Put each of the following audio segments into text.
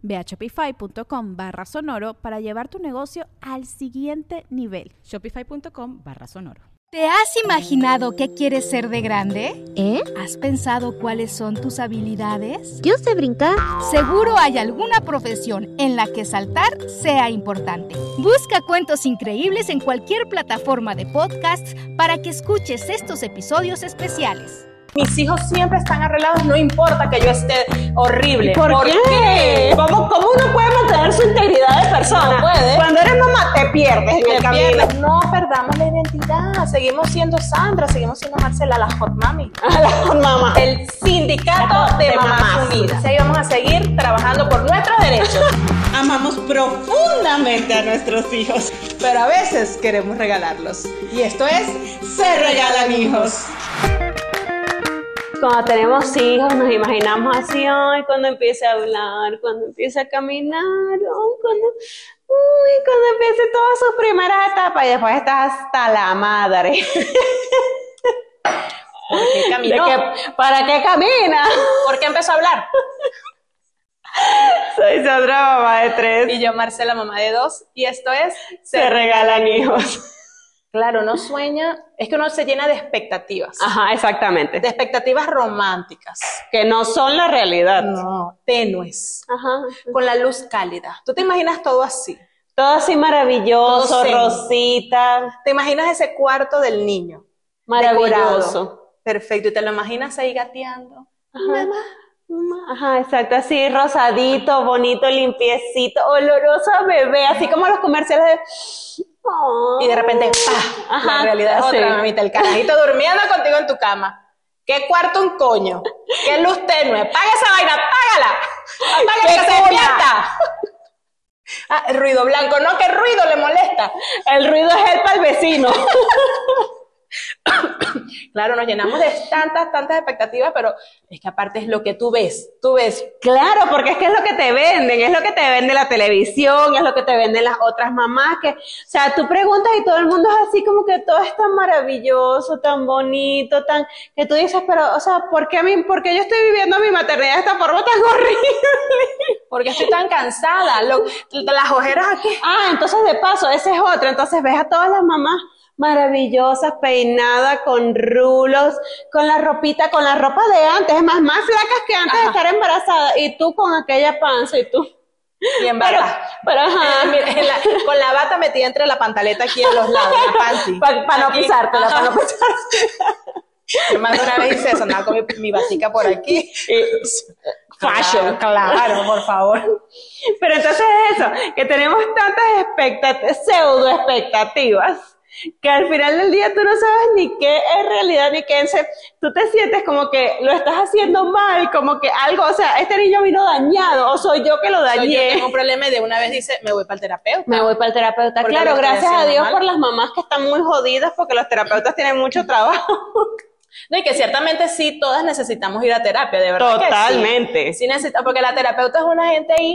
Ve a shopify.com barra sonoro para llevar tu negocio al siguiente nivel. Shopify.com barra sonoro. ¿Te has imaginado qué quieres ser de grande? ¿Eh? ¿Has pensado cuáles son tus habilidades? Yo sé brincar. Seguro hay alguna profesión en la que saltar sea importante. Busca cuentos increíbles en cualquier plataforma de podcasts para que escuches estos episodios especiales. Mis hijos siempre están arreglados, no importa que yo esté horrible. ¿Por, ¿Por qué? qué? ¿Cómo, ¿Cómo, uno puede mantener su integridad de persona? No puede. Cuando eres mamá te pierdes en te el camino. Pierdes. No perdamos la identidad. Seguimos siendo Sandra, seguimos siendo Marcela, la hot mami. la hot mama. El sindicato de, de, mamás, mamás unidas. Ahí vamos a seguir trabajando por nuestros derechos. Amamos profundamente a nuestros hijos, pero a veces queremos regalarlos. Y esto es Se Regalan Hijos cuando tenemos hijos nos imaginamos así, ay, cuando empiece a hablar, cuando empiece a caminar, ay, cuando, uy, cuando empiece todas sus primeras etapas y después estás hasta la madre. ¿Para qué caminó? Qué, ¿Para qué camina? ¿Por qué empezó a hablar? Soy Sandra, mamá de tres. Y yo, Marcela, mamá de dos. Y esto es Se, Se regalan hijos. Claro, uno sueña, es que uno se llena de expectativas. Ajá, exactamente. De expectativas románticas. Que no son la realidad. No, tenues. Ajá. Con la luz cálida. Tú te imaginas todo así. Todo así maravilloso, todo rosita. Te imaginas ese cuarto del niño. Maravilloso. Decorado, perfecto. Y te lo imaginas ahí gateando. Ajá. Mamá. Ajá, exacto, así rosadito, bonito, limpiecito, olorosa bebé, así como los comerciales de... Oh. Y de repente, ¡pah! Ajá, la realidad es otra, sí. mamita, el carajito durmiendo contigo en tu cama. ¿Qué cuarto un coño? ¿Qué luz tenue? ¡Paga esa vaina! ¡Págala! ¡Apaga que se despierta! Ah, el ruido blanco, no, ¿qué ruido le molesta? El ruido es el para el vecino. claro, nos llenamos de tantas, tantas expectativas, pero es que aparte es lo que tú ves, tú ves. Claro, porque es que es lo que te venden, es lo que te vende la televisión, es lo que te venden las otras mamás, que, o sea, tú preguntas y todo el mundo es así como que todo es tan maravilloso, tan bonito, tan, que tú dices, pero, o sea, ¿por qué, a mí, por qué yo estoy viviendo mi maternidad de esta forma tan horrible? Porque estoy tan cansada, lo, las ojeras aquí. Ah, entonces de paso, ese es otro, entonces ves a todas las mamás maravillosas, peinadas con rulos, con la ropita, con la ropa de antes, es más, más flacas que antes ajá. de estar embarazada, y tú con aquella panza, y tú. Y en bata. Eh, Pero, pero ajá. En la, con la bata metida entre la pantaleta aquí en los lados, la panty. Para pa no pisarte, para no pisarte. Hermano, una vez hice eso, andaba con mi, mi batica por aquí. Fashion, claro, claro, por favor. Pero entonces es eso, que tenemos tantas expectat pseudo expectativas que al final del día tú no sabes ni qué es realidad ni qué es. Tú te sientes como que lo estás haciendo mal, como que algo, o sea, este niño vino dañado o soy yo que lo dañé. Soy yo tengo un problema y de una vez dice, me voy para el terapeuta. Me voy para el terapeuta. Porque claro, gracias a Dios mal. por las mamás que están muy jodidas porque los terapeutas tienen mucho trabajo. No, y que ciertamente sí, todas necesitamos ir a terapia, de verdad. Totalmente. Que sí, sí necesita, porque la terapeuta es una gente ahí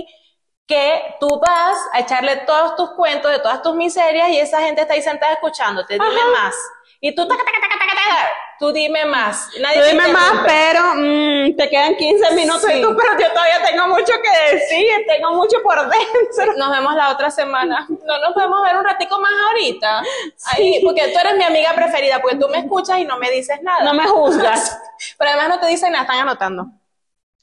que tú vas a echarle todos tus cuentos de todas tus miserias y esa gente está ahí sentada escuchándote, dime Ajá. más. Y tú, taca, taca, taca, tú dime más. Nadie tú dime más, pero mmm, te quedan 15 minutos sí. y tú, pero yo todavía tengo mucho que decir, tengo mucho por dentro. Nos vemos la otra semana. No nos podemos ver un ratico más ahorita. Ahí, sí. porque tú eres mi amiga preferida, porque tú me escuchas y no me dices nada. No me juzgas. pero además no te dicen nada, están anotando.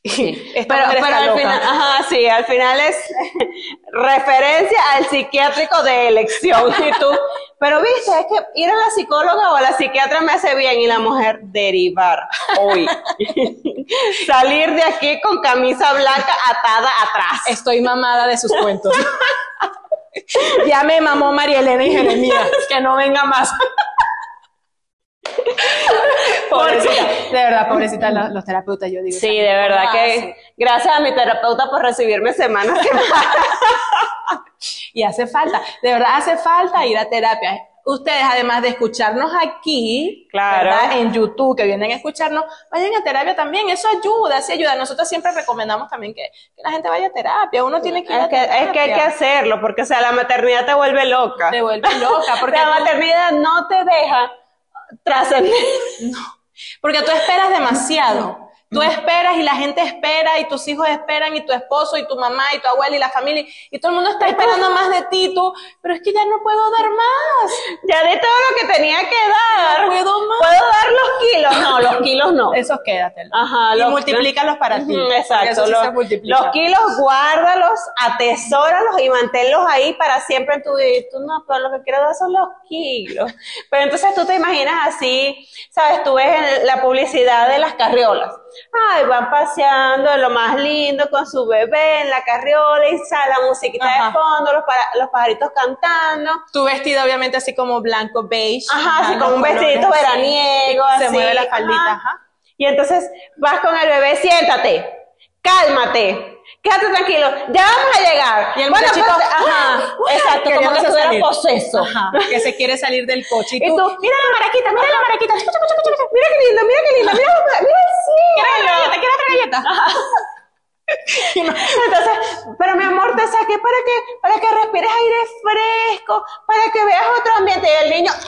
Esta Pero, mujer pero está al loca. final, ajá, sí, al final es referencia al psiquiátrico de elección. Y tú, pero viste, es que ir a la psicóloga o a la psiquiatra me hace bien y la mujer derivar hoy. Salir de aquí con camisa blanca atada atrás. Estoy mamada de sus cuentos. ya me mamó María Elena y Jeremías, que no venga más. pobrecita, de verdad, pobrecita la- los terapeutas, yo digo. Sí, de verdad que gracias a mi terapeuta por recibirme semana a semana. Y hace falta, de verdad hace falta ir a terapia. Ustedes, además de escucharnos aquí, Claro. ¿verdad? en YouTube, que vienen a escucharnos, vayan a terapia también. Eso ayuda, sí ayuda. Nosotros siempre recomendamos también que, que la gente vaya a terapia. Uno tiene que ir Es a que, terapia. es que hay que hacerlo, porque o sea, la maternidad te vuelve loca. Te vuelve loca. Porque la tú- maternidad no te deja trascender. Porque tú esperas demasiado. Tú Mm. esperas y la gente espera y tus hijos esperan y tu esposo y tu mamá y tu abuela y la familia y todo el mundo está esperando más de ti, tú, pero es que ya no puedo dar más. Ya de todo lo que tenía que dar. No puedo más. ¿Puedo dar los kilos? No, los kilos no. Esos quédatelo. Ajá, y los- multiplícalos para ti. Ujú, porque Exacto. eso sí los, se multiplica. los kilos, guárdalos, atesóralos y manténlos ahí para siempre en tu vida. Y tú no, pero lo que quiero dar son los kilos. Pero entonces tú te imaginas así, ¿sabes? Tú ves en la publicidad de las carriolas. Ay, van paseando de lo más lindo con su bebé en la carriola y sale la musiquita de Ajá. fondo, los, para- los pajaritos cantando. Tu vestido obviamente así como blanco, beige. Ajá, así los con un colores, vestidito así. veraniego, Se así, mueve la faldita, ajá. Y entonces vas con el bebé, siéntate, cálmate, quédate tranquilo, ya vamos a llegar. Y el Bueno, muchachito, pues, ajá, exacto, como que Queriéndose estuviera salir. poseso. Ajá, que se quiere salir del coche. Y tú, mira la maraquita, mira la maraquita, escucha, escucha, escucha, mira qué lindo, mira qué lindo, mira, mira el cielo. ¿Te quiere otra galleta? Entonces, pero mi amor, te saqué para que, para que respires aire fresco, para que veas otro ambiente. Y el niño,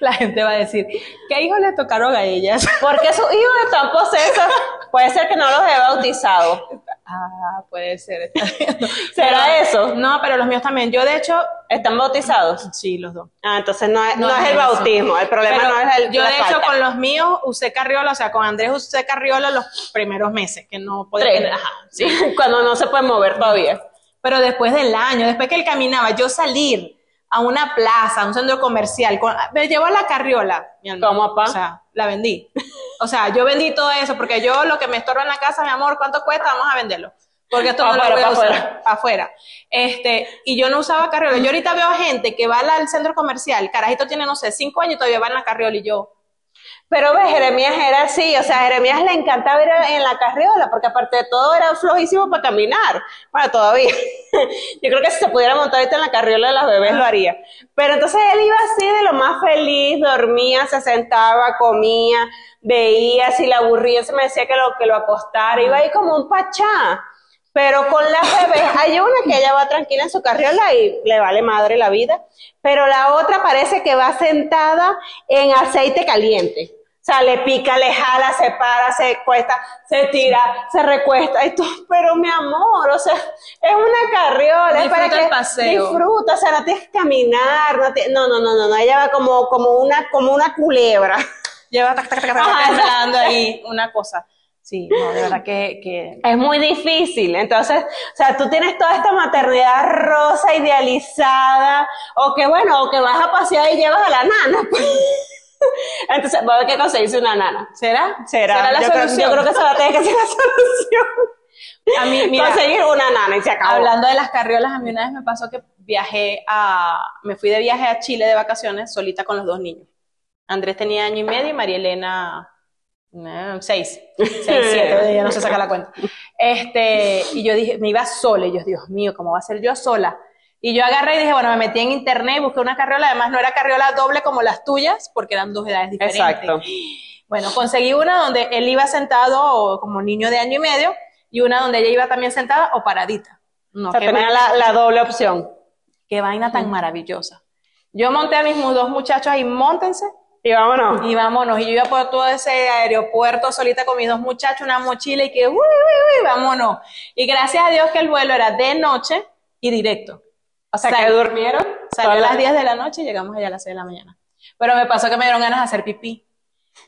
La gente va a decir, ¿qué hijos le tocaron a ellas? porque sus hijos están posesos, puede ser que no los he bautizado. Ah, puede ser. está bien. ¿Será Pero- eso? No, pero los míos también. Yo, de hecho, eh, ¿Están bautizados? sí, los dos. Ah, entonces no es, no es el eso. bautismo, el problema Pero no es el Yo, la de hecho, falta. con los míos usé carriola, o sea, con Andrés usé carriola los primeros meses, que no podía Tres. tener- ajá, sí. cuando no se puede mover todavía. Pero después del año, después que él caminaba, yo salir a una plaza, a un centro comercial, con- me llevó a la carriola, mi alma. ¿Cómo, pa? O sea, la vendí. O sea, yo vendí todo eso, porque yo lo que me estorba en la casa, mi amor, ¿cuánto cuesta? Vamos a venderlo. Porque esto Pa' no lo afuera, voy a pa' usar. afuera. Pa' afuera. Este, y yo no usaba carriola. Yo ahorita veo gente que va al- al centro comercial, carajito tiene, no sé, cinco años y todavía va en la carriola y yo, Pero ve, Jeremías era así, o sea, a Jeremías le encantaba ir a- en la carriola, porque aparte de todo era flojísimo para caminar. Bueno, todavía. Yo creo que si se pudiera montar ahorita en la carriola de las bebés lo haría. Pero entonces él iba así de lo más feliz, dormía, se sentaba, comía, veía, si le aburría, se me decía que lo, que lo acostara, iba ahí como un pachá. Pero con las bebés, hay una que ella va tranquila en su carriola y le vale madre la vida, pero la otra parece que va sentada en aceite caliente. O sea, le pica, le jala, se para, se cuesta, se tira, se recuesta. Y tú, pero mi amor, o sea, es una carriola. es para Disfruta que el paseo. Disfruta, o sea, no tienes que caminar, no, te- no, no, no, no, no, ella va como, como, una, como una culebra. lleva tac, tac, tac, tac, Ajá, tac, dando ahí una cosa. Sí, no, de verdad que, que Es muy difícil, entonces, o sea, tú tienes toda esta maternidad rosa, idealizada, o que bueno, o que vas a pasear y llevas a la nana. pues. Entonces, va a haber que conseguirse una nana. ¿Será? Será, la yo creo- solución? yo creo que se va a tener que ser la solución. a mí, mira, Conseguir una nana y se acabó. hablando de las carriolas, a mí una vez me pasó que viajé a, me fui de viaje a Chile de vacaciones solita con los dos niños. Andrés tenía año y medio y María Elena no, seis, seis, siete, ya no se saca la cuenta. Este, y yo dije, me iba sola, y yo, Dios mío, ¿cómo va a ser yo sola? Y yo agarré y dije, bueno, me metí en internet, busqué una carriola, además no era carriola doble como las tuyas, porque eran dos edades diferentes. Exacto. Bueno, conseguí una donde él iba sentado o como niño de año y medio y una donde ella iba también sentada o paradita. No, O sea, qué, tenía va- la, la doble opción. qué vaina tan maravillosa. Yo monté a mis mu- dos muchachos ahí, montense Y vámonos. y vámonos. Y yo iba por todo ese aeropuerto solita con mis dos muchachos, una mochila y que, uy, uy, uy, vámonos. Y gracias a Dios que el vuelo era de noche y directo. O sea, Sal- que durmieron. Salió a todas las 10 de la noche y llegamos allá a las 6 de la mañana. Pero me pasó que me dieron ganas de hacer pipí.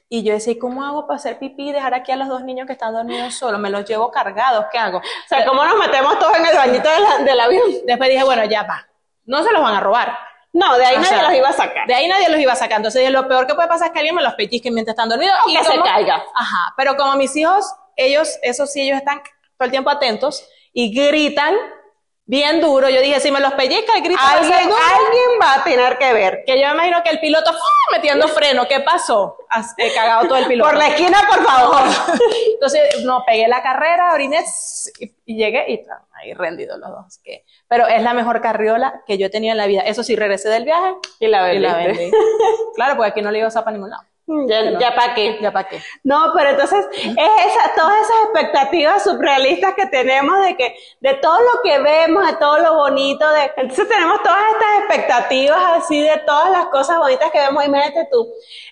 Y yo decía, ¿y ¿cómo hago para hacer pipí y dejar aquí a los dos niños que están dormidos solos? Me los llevo cargados, ¿qué hago? O sea, ¿cómo nos metemos todos en el bañito de la- del avión? Después dije, bueno, ya va. No se los van a robar. No, de ahí O nadie sea, los iba a sacar. De ahí nadie los iba a sacar. Entonces dije, lo peor que puede pasar es que alguien me los pellizque mientras están dormidos. O que se caiga. Ajá. Pero como mis hijos, ellos, eso sí, ellos están todo el tiempo atentos y gritan bien duro. Yo dije, si me los pellizca, el grito va a ser Alguien, duro. alguien va a tener que ver. Que yo me imagino que el piloto ¡fu! metiendo freno. ¿Qué pasó? Has- eh, cagado todo el piloto. Por la esquina, por favor. Entonces, no, pegué la carrera, oriné tss, y, y llegué y tra- ahí rendidos los dos. que- Pero es la mejor carriola que yo he tenido en la vida. Eso sí, regresé del viaje Y la y la vendiste. vendí. claro, porque aquí no le iba a para ningún lado. Ya, ya para qué. ¿Ya para qué? No, pero entonces es esa, todas esas expectativas surrealistas que tenemos de que, de todo lo que vemos, de todo lo bonito, de, entonces tenemos todas estas expectativas así de todas las cosas bonitas que vemos. Imagínate tú,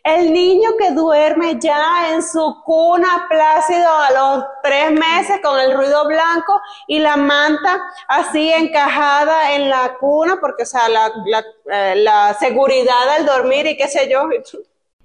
el niño que duerme ya en su cuna plácido a los tres meses con el ruido blanco y la manta así encajada en la cuna, porque o sea, la, la- eh, la seguridad al dormir y qué sé yo.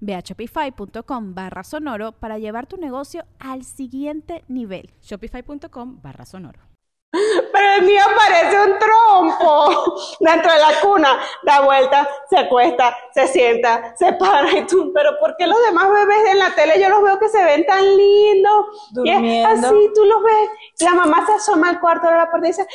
Ve a shopify.com barra sonoro para llevar tu negocio al siguiente nivel. Shopify.com barra sonoro. Pero el mío parece un trompo dentro de la cuna. Da vuelta, se acuesta, se sienta, se para y tú. Pero ¿por qué los demás bebés en la tele yo los veo que se ven tan lindos? Y es Durmiendo. así tú los ves. La mamá se asoma al cuarto de la puerta y dice,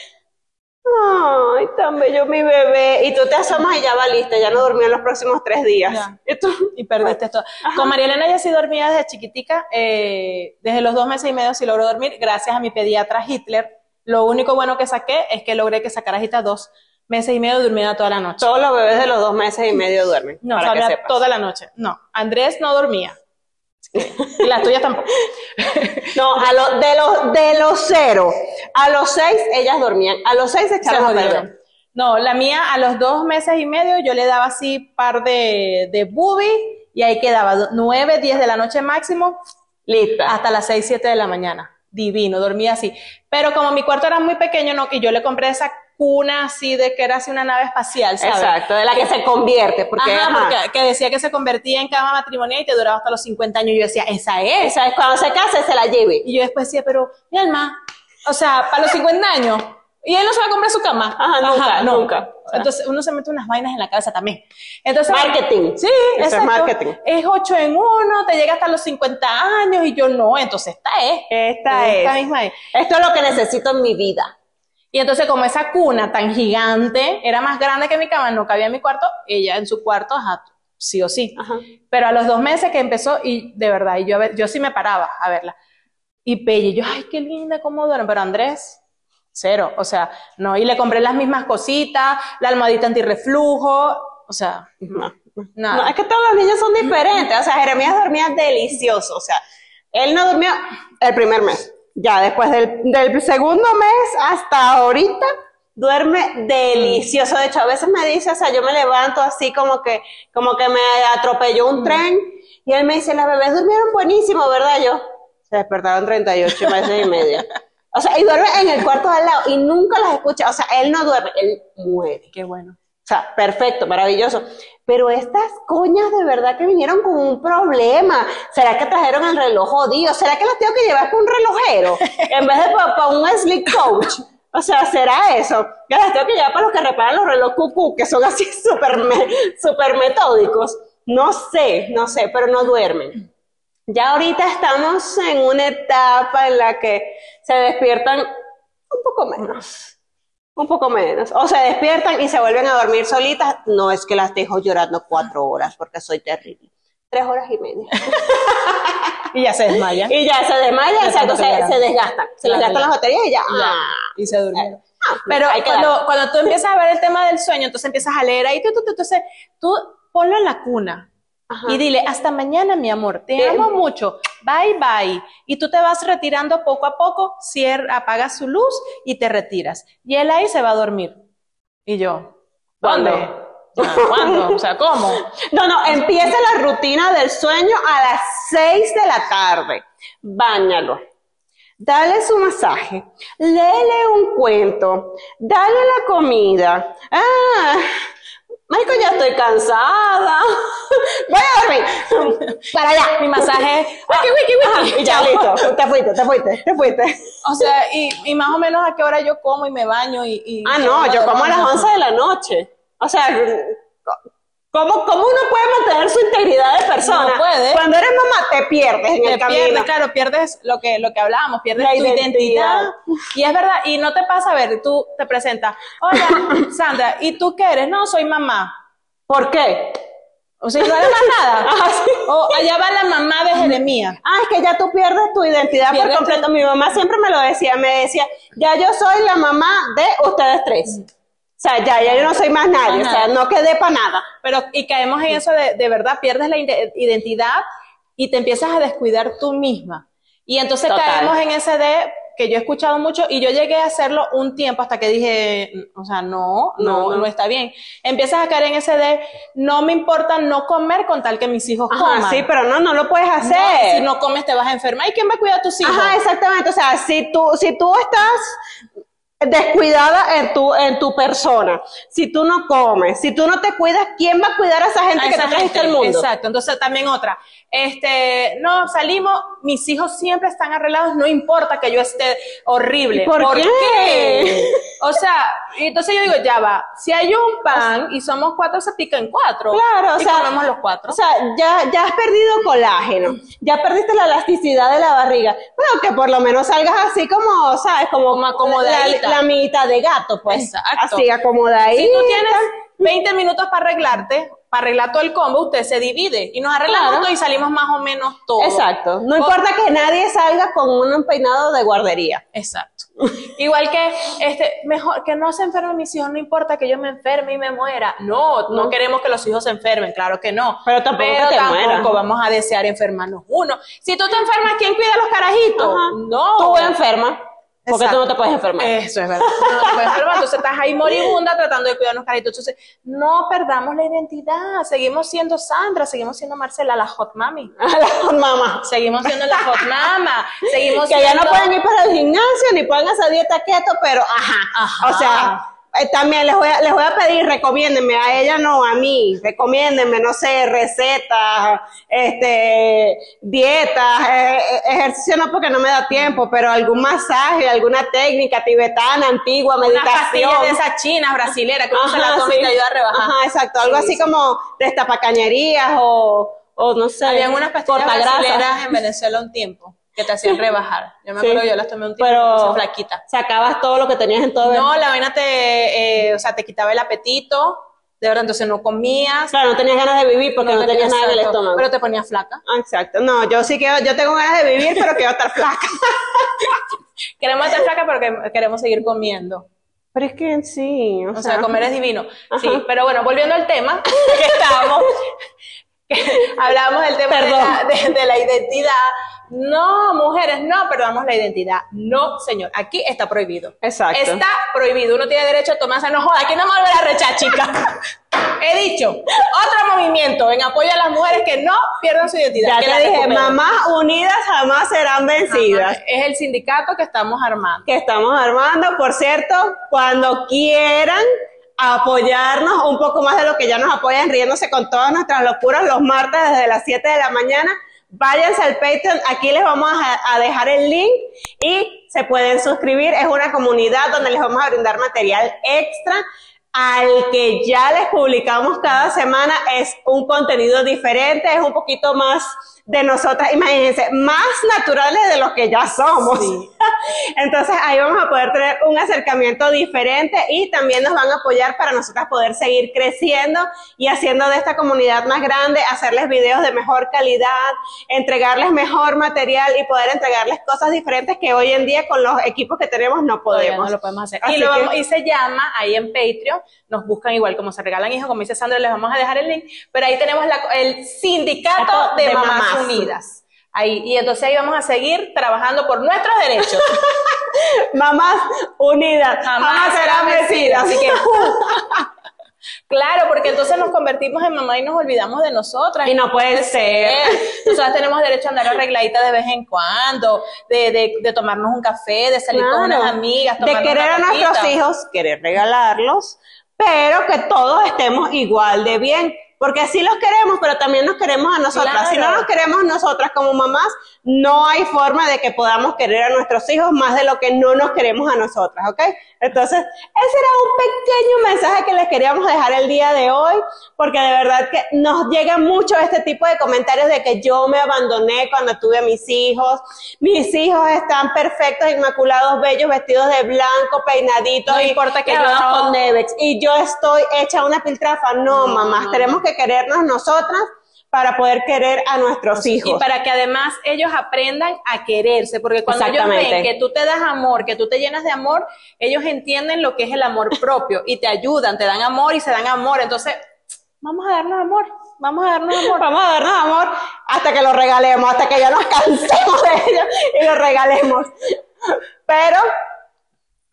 ay, tan bello mi bebé. Y tú te asomas y ya valiste, ya no durmió en los próximos tres días. Ya. Y tú- y perdiste todo. Con María Elena ya sí dormía desde chiquitica, eh, desde los dos meses y medio sí logró dormir, gracias a mi pediatra Hitler. Lo único bueno que saqué es que logré que sacara a Gita dos meses y medio durmiendo toda la noche. Todos los bebés de los dos meses y medio duermen. No, para que o sea, sepas. toda la noche. No, Andrés no dormía. Y las tuyas tampoco. No, a lo- de, los, de los cero a los seis ellas dormían. A los seis se Se echaron a jodieron. perder. No, la mía a los dos meses y medio yo le daba así par de, de boobie y ahí quedaba do- nueve, diez de la noche máximo Lista. hasta las 6, 7 de la mañana. Divino, dormía así. Pero como mi cuarto era muy pequeño, no, que yo le compré esa cuna así de que era así una nave espacial, ¿sabes? Exacto, de la que se convierte. Porque, Ajá, ajá, porque- que decía que se convertía en cama matrimonial y te duraba hasta los 50 años. Y yo decía, esa es. esa es cuando se casa se la lleve. Y yo después decía, pero, mi alma, o sea, para los 50 años. Y él no se va a comprar su cama. Ajá, nunca, Ah, nunca. Entonces uno se mete unas vainas en la cabeza también. Entonces, Marketing. Sí, Eso es exacto. marketing. Es 8 en 1, te llega hasta los 50 años y yo no, entonces esta es. Esta es. misma es. Esto es lo que necesito en mi vida. Y entonces, como esa cuna tan gigante era más grande que mi cama, no cabía en mi cuarto, ella en su cuarto, ajá, sí o sí. Ajá. Pero a los dos meses que empezó, y de verdad, y yo, a ver- yo sí me paraba a verla. Y Pelle, yo, ay, qué linda, cómo duerme. Pero Andrés, cero. O sea, no. Y le compré las mismas cositas, la almohadita antirreflujo, o sea, No. nada. No, es que todos los niños son diferentes. O sea, Jeremías dormía delicioso. O sea, él no durmió el primer mes. Ya después del, del segundo mes hasta ahorita, duerme delicioso. De hecho, a veces me dice, o sea, yo me levanto así como que, como que me atropelló un tren. Y él me dice, las bebés durmieron buenísimo, ¿verdad? Yo, se despertaron 38 meses y medio. O sea, y duerme en el cuarto de al lado y nunca las escucha. O sea, él no duerme, él muere. Qué bueno. O sea, perfecto, maravilloso. Pero estas coñas de verdad que vinieron con un problema. ¿Será que trajeron el reloj jodido? ¿Será que las tengo que llevar con un relojero? En vez de para un sleep coach. O sea, será eso. Que las tengo que llevar para los que reparan los relojes cucú, que son así súper me- súper metódicos. No sé, no sé, pero no duermen. Ya ahorita estamos en una etapa en la que se despiertan un poco menos. Un poco menos. O se despiertan y se vuelven a dormir solitas. No es que las dejo llorando cuatro horas porque soy terrible. Tres horas y media. Y ya se desmaya. Y ya se desmayan, Ya se exacto, se, recuperan. se desgastan. Se Claro, les gastan ya. las baterías y ya. ah. Y se durmieron. Ah, Pero hay que darle. cuando, cuando tú empiezas a ver el tema del sueño, entonces empiezas a leer ahí, tú, tú, tú, entonces tú ponlo en la cuna Ajá. y dile, hasta mañana, mi amor, te Bien. amo mucho, bye, bye. Y tú te vas retirando poco a poco, cier- apagas su luz y te retiras. Y él ahí se va a dormir. Y yo, ¿Cuándo? ¿dónde? Ya, ¿Cuándo? O sea, ¿cómo? No, no, empieza la rutina del sueño a las 6 de la tarde. Báñalo. Dale su masaje. Léele un cuento. Dale la comida. Ah, Marico, ya estoy cansada. Voy a dormir. Para allá. Mi masaje es, "Wiki, wiki, wiki". Ajá, y Ah, ya listo. Te fuiste, te fuiste, te fuiste. O sea, y, y más o menos a qué hora yo como y me baño y... y- Ah, no, yo como a las Ajá. 11 de la noche. O sea, ¿cómo, cómo uno puede mantener su integridad de persona? No puede. Cuando eres mamá, te pierdes en te el camino. pierdes, claro, pierdes lo que, lo que hablábamos, pierdes La tu identidad. identidad. Y es verdad, y no te pasa, a ver, tú te presentas, hola, Sandra, ¿y tú qué eres? No, soy mamá. ¿Por qué? O sea, no eres más nada. Ah, sí. O allá va la mamá de Jeremías. Ah, es que ya tú pierdes tu identidad Pierdes por completo. Mi mamá siempre me lo decía, me decía, ya yo soy la mamá de ustedes tres. O sea, ya, ya yo no soy Mm. más nadie, Más o sea, nada. no quedé para nada. Pero, y caemos en eso de, de verdad, pierdes la ide- identidad y te empiezas a descuidar tú misma. Y entonces Total. caemos en ese de que yo he escuchado mucho y yo llegué a hacerlo un tiempo hasta que dije, mm, o sea, no, no, No, no, no. está bien. Empiezas a caer en ese de, no me importa no comer con tal que mis hijos Ajá, coman. sí, pero no, no lo puedes No, hacer. si no comes te vas a enfermar. ¿Y quién va a cuidar a tus hijos? Ajá, exactamente. O sea, si tú, si tú estás descuidada en tu, en tu persona, si tú no comes, si tú no te cuidas, ¿quién va a cuidar a esa gente A que esa tú trajiste al gente, mundo? Exacto. Entonces también otra. Este, no, salimos, mis hijos siempre están arreglados, no importa que yo esté horrible. ¿Por qué? O sea, y entonces yo digo, ya va, si hay un pan y somos cuatro, se pica en cuatro. Claro, o Y sea, comemos los cuatro. O sea, ya, ya has perdido colágeno, ya perdiste la elasticidad de la barriga. Bueno, que por lo menos salgas así como, ¿sabes? Como, Como acomodadita. La, la amiguita de gato, pues. Exacto. Así acomodadita. si tú tienes 20 minutos para arreglarte, para arreglar todo el combo, usted se divide y nos arreglamos Claro. todo y salimos más o menos todos. Exacto. No O- importa que nadie salga con un peinado de guardería. Exacto. Igual que este, mejor que no se enfermen mis hijos, no importa que yo me enferme y me muera. No, no, No. queremos que los hijos se enfermen, claro que no. Pero tampoco que te tampoco mueras. vamos a desear enfermarnos uno. Si tú te enfermas, ¿quién cuida a los carajitos? Ajá. No. Tú enferma, porque Exacto. tú no te puedes enfermar. Eso es verdad. Tú No te puedes enfermar, entonces estás ahí moribunda tratando de cuidar a los carajitos. Entonces, no perdamos la identidad. Seguimos siendo Sandra, seguimos siendo Marcela, la hot mami. Mamá. Seguimos siendo la hot mama. Seguimos que ya no siendo- pueden ir para el gimnasio ni pueden hacer dieta keto, pero ajá. Ajá. O sea, eh, también les voy, a, les voy a pedir, recomiéndenme, a ella no, a mí, recomiéndenme, no sé, recetas, este, dietas, eh, eh, ejercicio no porque no me da tiempo, pero algún masaje, alguna técnica tibetana, antigua, Unas meditación. pastillas de esas chinas brasileras que uno se la Ajá, toma y sí. te ayuda a rebajar. Ajá, exacto, algo así como destapacañerías o, o no sé. Habían unas pastillas cortagrasas. brasileras en Venezuela un tiempo que te hacían rebajar. Yo me Sí. acuerdo, yo las tomé un tiempo Pero pero flaquita. sacabas todo lo que tenías en todo el No, la vaina te, eh, o sea, te quitaba el apetito, de verdad, entonces no comías. Claro, no tenías ganas de vivir porque no, tenías nada en el exacto, estómago. Pero te ponías flaca. Ah, Exacto. No, yo sí quiero, yo tengo ganas de vivir, pero quiero estar flaca. Queremos estar flaca porque queremos seguir comiendo. Pero es que sí, o, O sea, sea, comer es divino. Sí, Ajá. pero bueno, volviendo al tema que estábamos, que hablábamos del tema de la, de- de la identidad. No, mujeres, no perdamos la identidad. No, señor, aquí está prohibido. Exacto. Está prohibido. Uno tiene derecho a tomarse, no joda, aquí no me voy a volver a rechar, chica. He dicho, otro movimiento en apoyo a las mujeres que no pierdan su identidad. ya que la te dije, recuperen. mamás unidas jamás serán vencidas. Ajá, Es el sindicato que estamos armando. Que estamos armando, por cierto, cuando quieran apoyarnos un poco más de lo que ya nos apoyan riéndose con todas nuestras locuras los martes desde las 7 de la mañana. Váyanse al Patreon, aquí les vamos a, a dejar el link y se pueden suscribir. Es una comunidad donde les vamos a brindar material extra al que ya les publicamos cada semana. Es un contenido diferente, es un poquito más de nosotras, imagínense, más naturales de los que ya somos. Entonces ahí vamos a poder tener un acercamiento diferente y también nos van a apoyar para nosotras poder seguir creciendo y haciendo de esta comunidad más grande, hacerles videos de mejor calidad, entregarles mejor material y poder entregarles cosas diferentes que hoy en día con los equipos que tenemos no Todavía podemos. no lo podemos hacer. Así Y, lo que- vamos- y se llama ahí en Patreon, nos buscan igual como se regalan hijos, como dice Sandra, les vamos a dejar el link, pero ahí tenemos la- el sindicato Sindicato de, de mamás, Mamás. unidas. Ahí, y entonces ahí vamos a seguir trabajando por nuestros derechos. Mamás unidas, Jamás jamás, serán serán vencidas. vencidas. Así claro, porque entonces nos convertimos en mamá y nos olvidamos de nosotras. Y no puede pues, eh, ser. Nosotras tenemos derecho a andar arregladita de vez en cuando, de, de- de tomarnos un café, de salir con Claro. unas amigas, de tomarnos querer una a nuestros copita. hijos, querer regalarlos, pero que todos estemos igual de bien. Porque sí los queremos, pero también nos queremos a nosotras. Claro. Si no nos queremos nosotras como mamás, no hay forma de que podamos querer a nuestros hijos más de lo que no nos queremos a nosotras, ¿ok? Entonces, ese era un pequeño mensaje que les queríamos dejar el día de hoy, porque de verdad que nos llega mucho este tipo de comentarios de que yo me abandoné cuando tuve a mis hijos, mis hijos están perfectos, inmaculados, bellos, vestidos de blanco, peinaditos. No y importa que yo lavados no. con Nevex, y yo estoy hecha una piltrafa. No, mamás, tenemos que querernos nosotras para poder querer a nuestros hijos. Y para que además ellos aprendan a quererse, porque cuando ellos ven Exactamente. que tú te das amor, que tú te llenas de amor, ellos entienden lo que es el amor propio y te ayudan, te dan amor y se dan amor. Entonces, vamos a darnos amor, vamos a darnos amor. Vamos a darnos amor hasta que lo regalemos, hasta que ya nos cansemos de ello y lo regalemos. Pero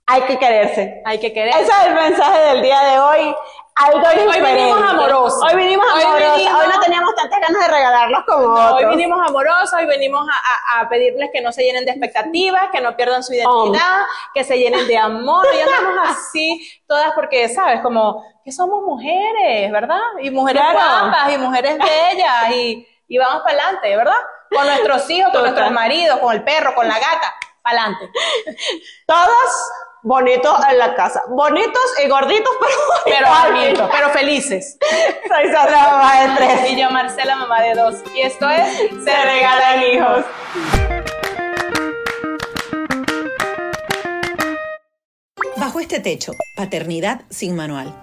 hay que quererse. Hay que Ese quererse. es el mensaje del día de hoy. Algo Hoy- hoy diferente. vinimos amorosos. Hoy vinimos Hoy amorosos. Hoy, vinimos- no teníamos tantas ganas de regalarlos como No, hoy otros. vinimos amorosos, hoy venimos a, a- a pedirles que no se llenen de expectativas, que no pierdan Oh. su identidad, Hombre. que se llenen de amor. Y andamos así, todas porque, ¿sabes? Como que somos mujeres, ¿verdad? Y mujeres Claro. guapas, y mujeres bellas, y, y vamos para adelante, ¿verdad? Con nuestros hijos, con nuestros maridos, con el perro, con la gata, para adelante. Todos bonitos en la casa. Bonitos y gorditos, pero Pero, bonitos. pero felices. Soy Sandra, mamá de tres. Y yo, Marcela, mamá de dos. Y esto es Se regalan hijos. Bajo este techo, Paternidad sin Manual.